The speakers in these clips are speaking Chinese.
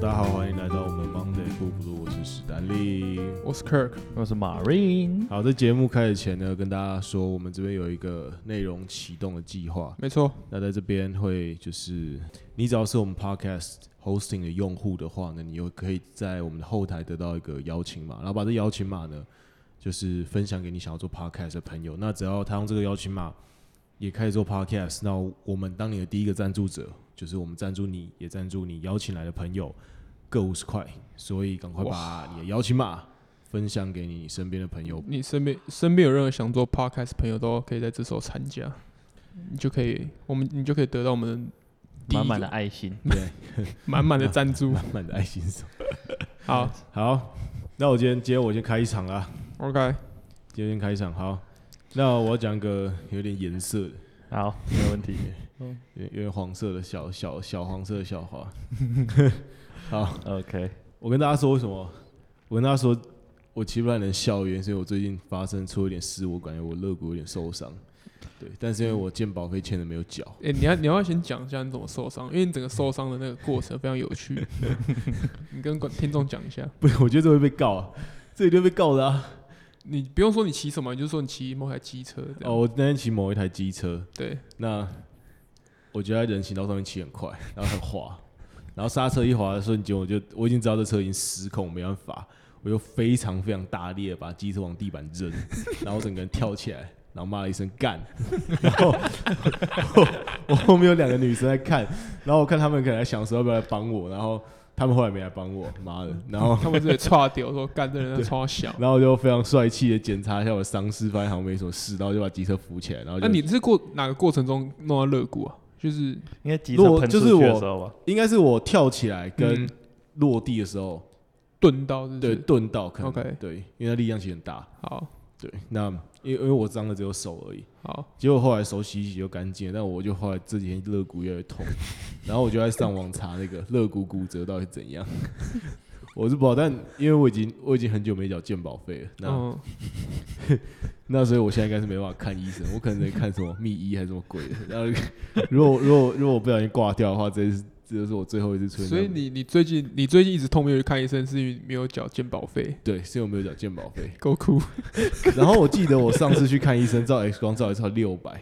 大家好，欢迎来到我们 Monday 不不录，我是史丹利。我是 Kirk，我是 Marine，好，在节目开始前呢，跟大家说，我们这边有一个内容启动的计划。没错，那在这边会就是，你只要是我们 Podcast Hosting 的用户的话呢，你又可以在我们的后台得到一个邀请码，然后把这邀请码呢，就是分享给你想要做 Podcast 的朋友。那只要他用这个邀请码也开始做 Podcast，那我们当你的第一个赞助者，就是我们赞助你，也赞助你邀请来的朋友各五十块。所以赶快把你的邀请码分享给你身边的朋友。你身边身边有任何想做 podcast 朋友都可以在这时候参加，你就可以，我们你就可以得到我们第一个满满的爱心。对，满满的赞 助。满满的爱心手。好好，那我今天今天我先开一场啦。 ，OK，今天开场好，那我要讲个有点颜色的，好，没问 题。有有点黄色的小小小黄色的笑话。好， OK，我跟大家说为什么？我跟大家说，我其实不太能笑的原因，是因为我最近发生出一点事，我感觉我肋骨有点受伤。对，但是因为我健保费欠的没有缴，哎、你要你要先讲一下你怎么受伤，因为你整个受伤的那个过程非常有趣，你跟观听众讲一下。不，我觉得这会被告、啊，这一定会被告的啊。你不用说你骑什么，你就说你骑某台机车这样。哦，我那天骑某一台机车，对，那我觉得在人行道上面骑很快，然后很滑，然后刹车一滑的瞬间，我就我已经知道这车已经失控，没办法，我就非常非常大力的把机车往地板扔， 然后整个人跳起来，然后骂了一声干， 然后我我后面有两个女生在看，然后我看她们可能在想说要不要来帮我，然后她们后来没来帮我，妈的，然后。 他们这里刷掉说干这人在刷小。然后我就非常帅气的检查一下我的伤势，发现好像没什么事，然后就把机车扶起来，然后就那、你是过哪个过程中弄到肋骨啊？就是应该急如着果喷就出是去的我时候吧。应该是我跳起来跟嗯落地的时候，钝到是不对，是，钝到可能 OK 对，因为它力量其实很大。好对，那因为因为我脏的只有手而已，好结果后来手洗一洗就干净了，但我就后来这几天肋骨越来越 痛，然后我就在上网查那个 肋骨骨折到底是怎样。 我是不知道，但因为我已经我已经很久没缴健保费了，那、嗯。那所以我现在应该是没办法看医生，我可能得看什么秘医还是什么鬼的。 然后如果如果如果我不小心挂掉的话，这是这就是我最后一次出现。所以你你最近你最近一直痛没有去看医生，是因为没有缴健保费，对，是因为我没有缴健保费。够酷。然后我记得我上次去看医生，照 X 光照一照六百，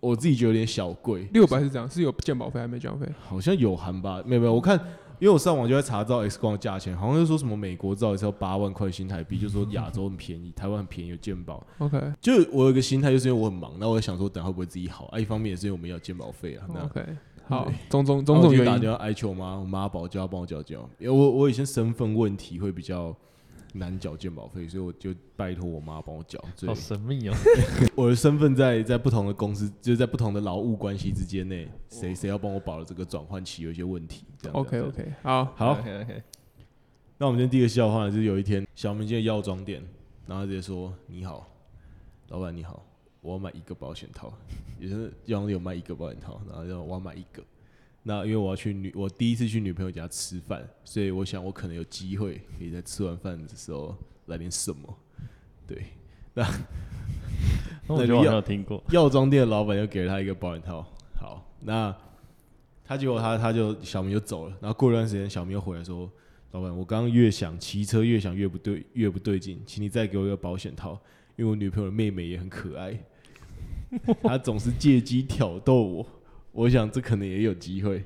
我自己觉得有点小贵，六百是这样，是有健保费还没缴费？好像有含吧？没有没有，我看因为我上网就在查照 X 光的价钱，好像就说什么美国照一次要八万块新台币，就说亚洲很便宜，台湾很便宜有健保。 OK 就我有一个心态，就是因为我很忙，那我想说等下会不会自己好？啊，一方面也是因为我们要健保费啊。那 OK，好，种种哦种然后我种就原打因电话哀求我妈，我妈保叫她帮我缴交，因为我我以前身份问题会比较难缴健保费，所以我就拜托我妈帮我缴。所以好神 秘哦，我的身份在在不同的公司，就是在不同的劳务关系之间内，谁谁要帮我保了这个转换期有一些问题。这样子，OK 哎这样 OK，好，好， OK，那我们今天第一个笑话呢就是有一天小明进了药妆店，然后他直接说：“你好，老板你好，我要买一个保险套，也就是药妆店有卖一个保险套，然后就我要买一个。那因为我要去女，我第一次去女朋友家吃饭，所以我想我可能有机会可以在吃完饭的时候来点什么。对，那我觉得我好像有听 过。 药妆店的老板又给了他一个保险套。好，那他结果他他就小明就走了，然后过一段时间，小明又回来说：“老板，我刚刚越想骑车越想越不对越不对劲，请你再给我一个保险套，因为我女朋友的妹妹也很可爱，她总是借机挑逗我，我想这可能也有机会，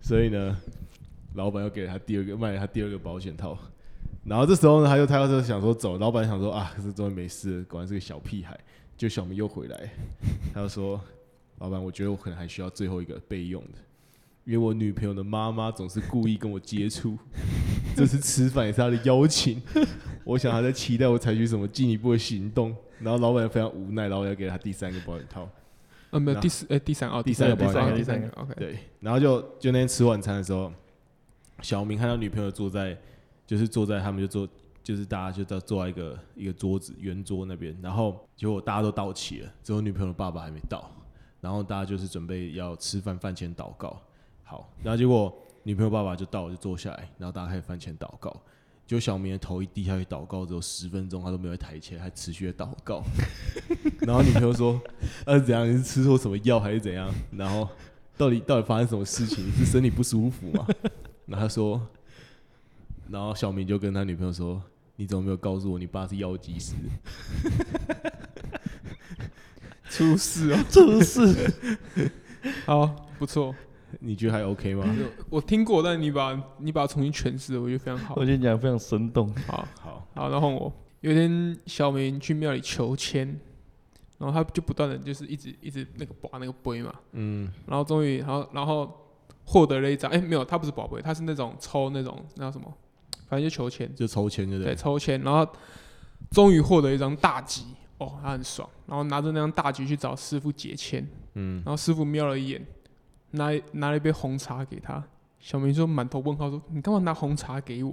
所以呢，老板又给了他第二个卖了他第二个保险套。”然后这时候呢，他又他又想说走，老板想说啊，这终于没事了，果然是个小屁孩。就小明又回来，他就说：“老板，我觉得我可能还需要最后一个备用的，因为我女朋友的妈妈总是故意跟我接触， 这次吃饭也是她的邀请，我想她在期待我采取什么进一步的行动。”然后老板非常无奈，老板要给他第三个保险套。呃，没有那第四，哎，第三哦，第三三个，个第不三好个，意第思三个，OK，对，然后就就那天吃晚餐的时候，小明看到女朋友坐在，就是坐在他们就坐，就是大家就在坐在一个一个桌子圆桌那边，然后结果大家都到齐了，只有女朋友的爸爸还没到，然后大家就是准备要吃饭饭前祷告，好，然后结果女朋友爸爸就到了，就坐下来，然后大家开始饭前祷告。结果小明的头一低下去祷告之后，十分钟他都没有抬起来，还持续的祷告。 然后女朋友说：“ 呃，怎样？你是吃错什么药还是怎 样？”然后到底到底发生什么事情？是身体不舒服吗？然后他说然后小明就跟他女朋友说：“你怎么没有告诉我你爸是药剂师 出事哦，出事，好，不错，？”你觉得还 OK 吗？我听过，但你把你把它重新诠释了，我觉得非常好 我。跟你讲非常生动，好，好，好，然后我有一天小明去庙里求签，然后他就不断的就是一直一直那个拔那个杯嘛，嗯，然后终于，然后然后获得了一张，哎、没有，他不是宝贝，他是那种抽那种那叫什么，反正就求签，就抽签对不对，对？抽签，然后终于获得一张大吉，哦，他很爽，然后拿着那张大吉去找师傅解签，嗯，然后师傅瞄了一眼，拿拿了一杯红茶给他。小明就满头问号说：“你干嘛拿红茶给我？”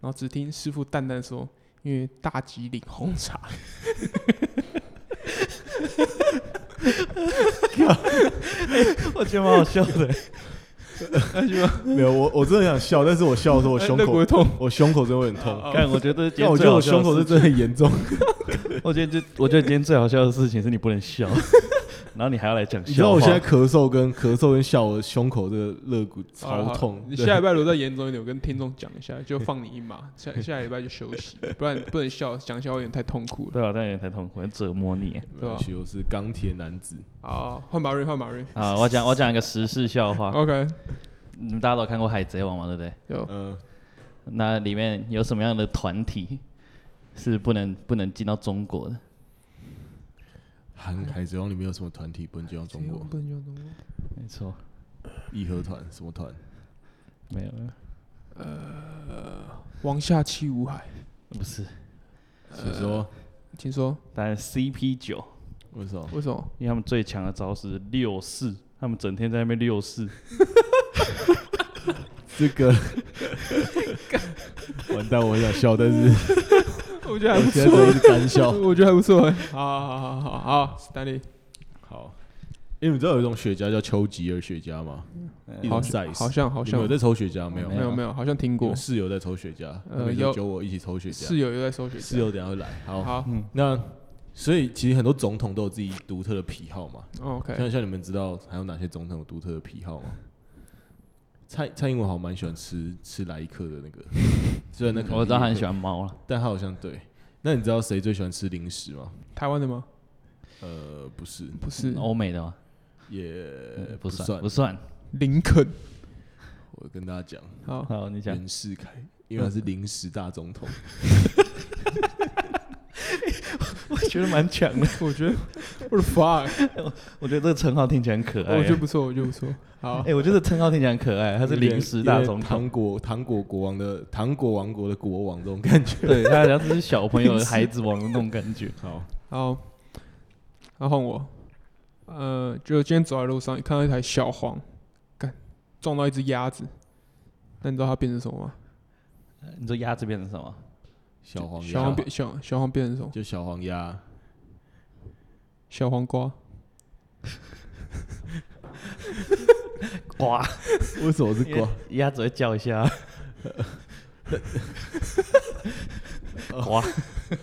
然后只听师傅淡淡说：“因为大吉领红茶。 我觉得蛮好笑的。没有，我我真的想笑，但是我笑的时候我胸肋骨口会痛。我胸口真的会很痛。 看，我觉得今 但天我觉最得我好笑胸口是的事，真的很严重， 我觉得这，我觉得今天最好笑的事情是你不能笑， 然后你还要来讲笑话。 你知道我 现在咳嗽跟咳嗽跟笑，我的胸口这个肋骨好了好超了痛。你对下礼拜留在严重一点，我跟听众讲一下，就放你一马。下下礼拜就休息，不然不能笑，讲笑有点太痛苦了。对啊，但有点太痛苦，很折磨你。没关系我是钢铁男子。好，换马瑞，换马瑞。啊，我讲我讲一个时事笑话， OK，你们大家都有看过《海贼王》嘛，对不对？有嗯，那里面有什么样的团体是不能不能进到中国的？韩海贼王里面有什么团体不能进到中国？不能用中国。没错，义和团什么团？没有，没有王下七武海，不是，所以说请说当然 CP 九，为什么？为什么？因为他们最强的招式是六四，他们整天在那边六四， 这个 完蛋，我很想笑，但是我觉得还我 不现在错都。一直干笑。我觉得还不错、欸。好好好好好好，Stanley，好，因为你知道有一种雪茄叫丘吉尔雪茄吗？一嗯好种像 size，好像好你们有在像抽雪茄没有？没有没有，好像听我过。室友在抽雪茄，呃他每次有揪我一起抽雪室茄。友又在收学室习。友等一下会来。好，好那所以其实很多总统都有自己独特的癖好嘛。 ，OK，像像你们知道还有哪些总统有独特的癖好吗？蔡蔡英文好像蛮喜欢吃吃莱克的那 个，虽然那可能我知道他很是喜欢猫了，但他好像对。那你知道谁最喜欢吃零食吗？台湾的吗？呃，不是，不是，欧美的吗？也嗯不呃算不。算。林肯。我跟大家讲，好， 好，你讲，袁世凯，因为他是临时大总统，我觉得蛮强的，我觉得我的 fuck，我觉得这个称号听起来很可爱。哦啊我觉得不错，我觉得不错。好哎、，我觉得这称号听起来很可爱，他是有点临时大有点总统，糖果糖果国王的糖果王国的国王这种感觉。 对他好像是小朋友的孩子王的那种感觉。好，好，然后换我，呃，就今天走在路上，看到一台小黄，干撞到一只鸭子，那你知道它变成什么吗？ 你说鸭子变成什么？小黄小鸭黄，变小小黄变成什么？就小黄鸭，小黄瓜。 呱，为什么是瓜？鸭子会叫一下。啊 呱，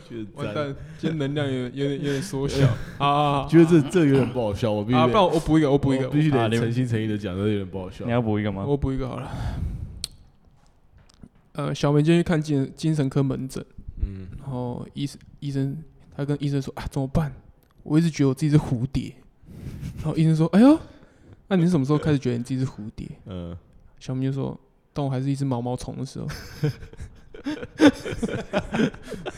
就是完赞蛋，今天能量有点有点有点缩 小啊！好觉得这这有点不好笑，我必须啊，不然得，我补一个，我补一个我，必须啊得你诚心诚意的讲，这有点不好笑你。要补一个吗？哦我补一个好了。呃，小梅今天去看精精神科门诊，嗯，然后医生医生他跟医生说啊，怎么办？我一直觉得我自己是蝴蝶。 然后医生说，哎呦，那你是什么时候开始觉得你自己是蝴蝶？嗯，小明就说，当我还是一只毛毛虫的时候。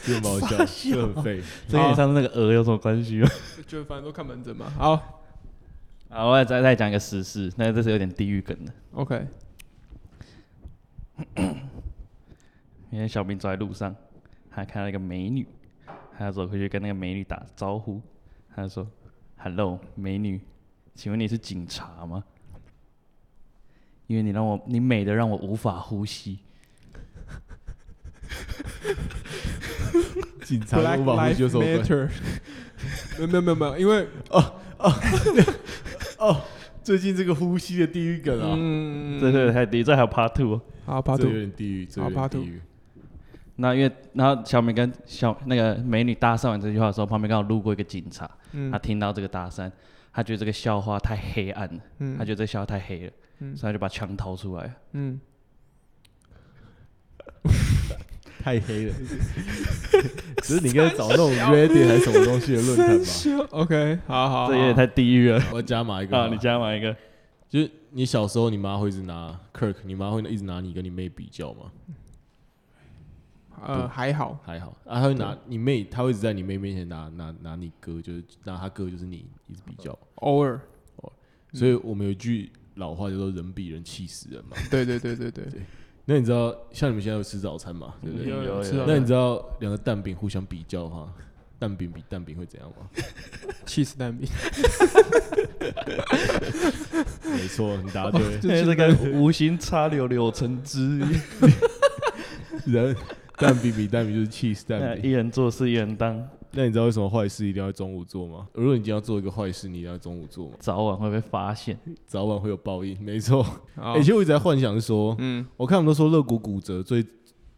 这不好笑，这啊很废。这跟你上次那个鹅有什么关系吗？ 就反正都看门诊嘛。好啊，我再再讲一个时事，那这是有点地狱梗的。 ，OK，因为小明走在路上，他看到一个美女，他走过去跟那个美女打招呼，他就说：“Hello，美女，请问你是警察吗？因为你让我，你美的让我无法呼吸。警察跟无法呼吸有什么关系？ Matter。没有没有没有没有，因为最近这个呼吸的地狱梗啊，嗯，对对，还有这还有 Part Two 哦。好，巴这杜有点地狱，这有好点，part two 地狱。那因为然后小明跟小那个美女搭讪完这句话的时候，旁边刚好路过一个警察，嗯他听到这个搭讪，他觉得这个笑话太黑暗了，嗯他觉得这笑话太黑了，嗯所以他就把枪掏出来。嗯，太黑了。 只是你应该找那种 Reddit 还是什么东西的论坛吧。羞，OK，好好，这有点太地狱了我要加码一个啊！吧你加码一个，就是你小时候，你妈会一直拿 Kirk，你妈会一直拿你跟你妹比较吗？好呃还好，还好啊，她会拿你妹，她会一直在你妹面前拿拿拿你哥，就是拿她哥就是你一直比较。偶尔，所以我们有一句老话叫做“人比人气死人”嘛。对对对对对，那你知道像你们现在有吃早餐嘛？对不对？ 有有是啊那你知道两个蛋饼互相比较的话，蛋饼比蛋饼会怎样吗？气死蛋饼，。没错，你答对就因为是这个无心插柳柳成枝， 人蛋饼比蛋饼就是 cheese 那蛋饼一。人做事一人当，那你知道为什么坏事一定要中午做吗？如果你今天要做一个坏事，你一定要中午做嘛，早晚会被发现。嗯早晚会有报应。没错。好而哎且、其实我一直在幻想是说，嗯，我看他们都说肋骨骨折最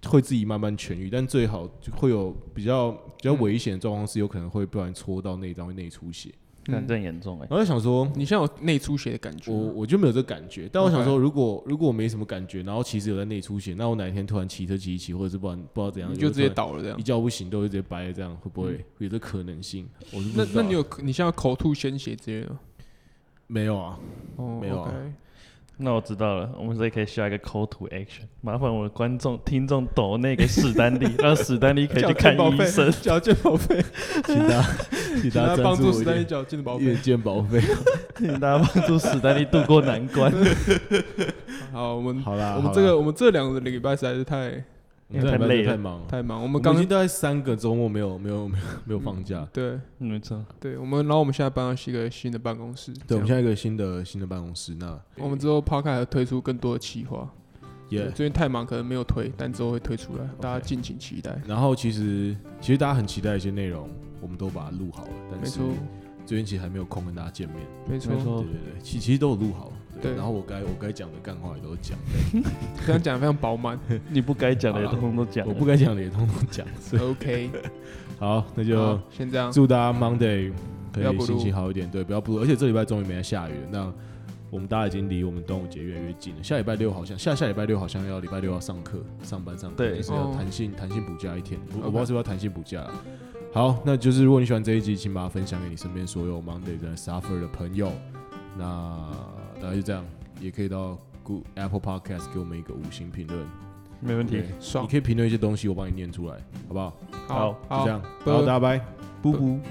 会自己慢慢痊愈，但最好就会有比较比较危险的状况是有可能会不然戳到内脏会内出血。但这很严重哎、然后就想说，你现在有内出血的感觉我吗，我就没有这感觉，但我想 OK 说，如果如果我没什么感觉，然后其实有在内出血，那我哪一天突然骑车骑一骑，或者是不然不知道怎样，你就直接倒，倒了这样一。觉不醒都会直接掰了，这样会不会有这可能性？我是不知那道那你有你现在有口吐鲜血之类的吗？没有 啊？哦，没有啊 OK 那我知道了，我们这里可以需要一个 call to action，麻烦我的观众、听众抖那个史丹利，让史丹利可以去看医生。缴健保 费，请大家请请大他家帮赞助我助史一丹利点缴健 保夜费。间保 费。请大家帮助史丹利渡过难关，好，我们好啦，好我们啦这个我们这两个礼拜实在是太我们这礼拜太累真的太了忙了。太忙，我我们们刚嗯已经大概三个周末没有没有没有没有放假。对没错，对，我们然后我们现在搬到一个新的办公室，对，我们这样现在有一个新的新的办公室，那我们之后 p o d c a 推出更多的企划，也对最近太忙可能没有推，但之后会推出来，大家敬请期待。然后其实其实大家很期待一些内容，我们都把它录好了，但没是错，最近其实还没有空跟大家见面。没没错，错对，对对，其其实都有录好，对然后我该我该讲的干话也都讲，这样讲得非常 饱满。你不该讲的也通通都讲了。我不该讲的也通通讲。所以 OK，好，那就好，先这样。祝大家 Monday 可不要以不心情录好一点，对，不要不录，而且这礼拜终于没在下雨了，那我们大家已经离我们端午节越来越近了。下礼拜六好像下下礼拜六好像要礼拜六要上课，上班上课，对就是要哦弹性弹性补假一天，我我 OK 不知道是不是要弹性补假啦。好，那就是如果你喜欢这一集，请把它分享给你身边所有 Monday 在 suffer 的朋友。那大概就这样，也可以到 Good Apple Podcast 给我们一个五星评论，没问题对。爽你可以评论一些东西，我帮你念出来，好不好？好好就好这样，拜好，大家拜，布布。不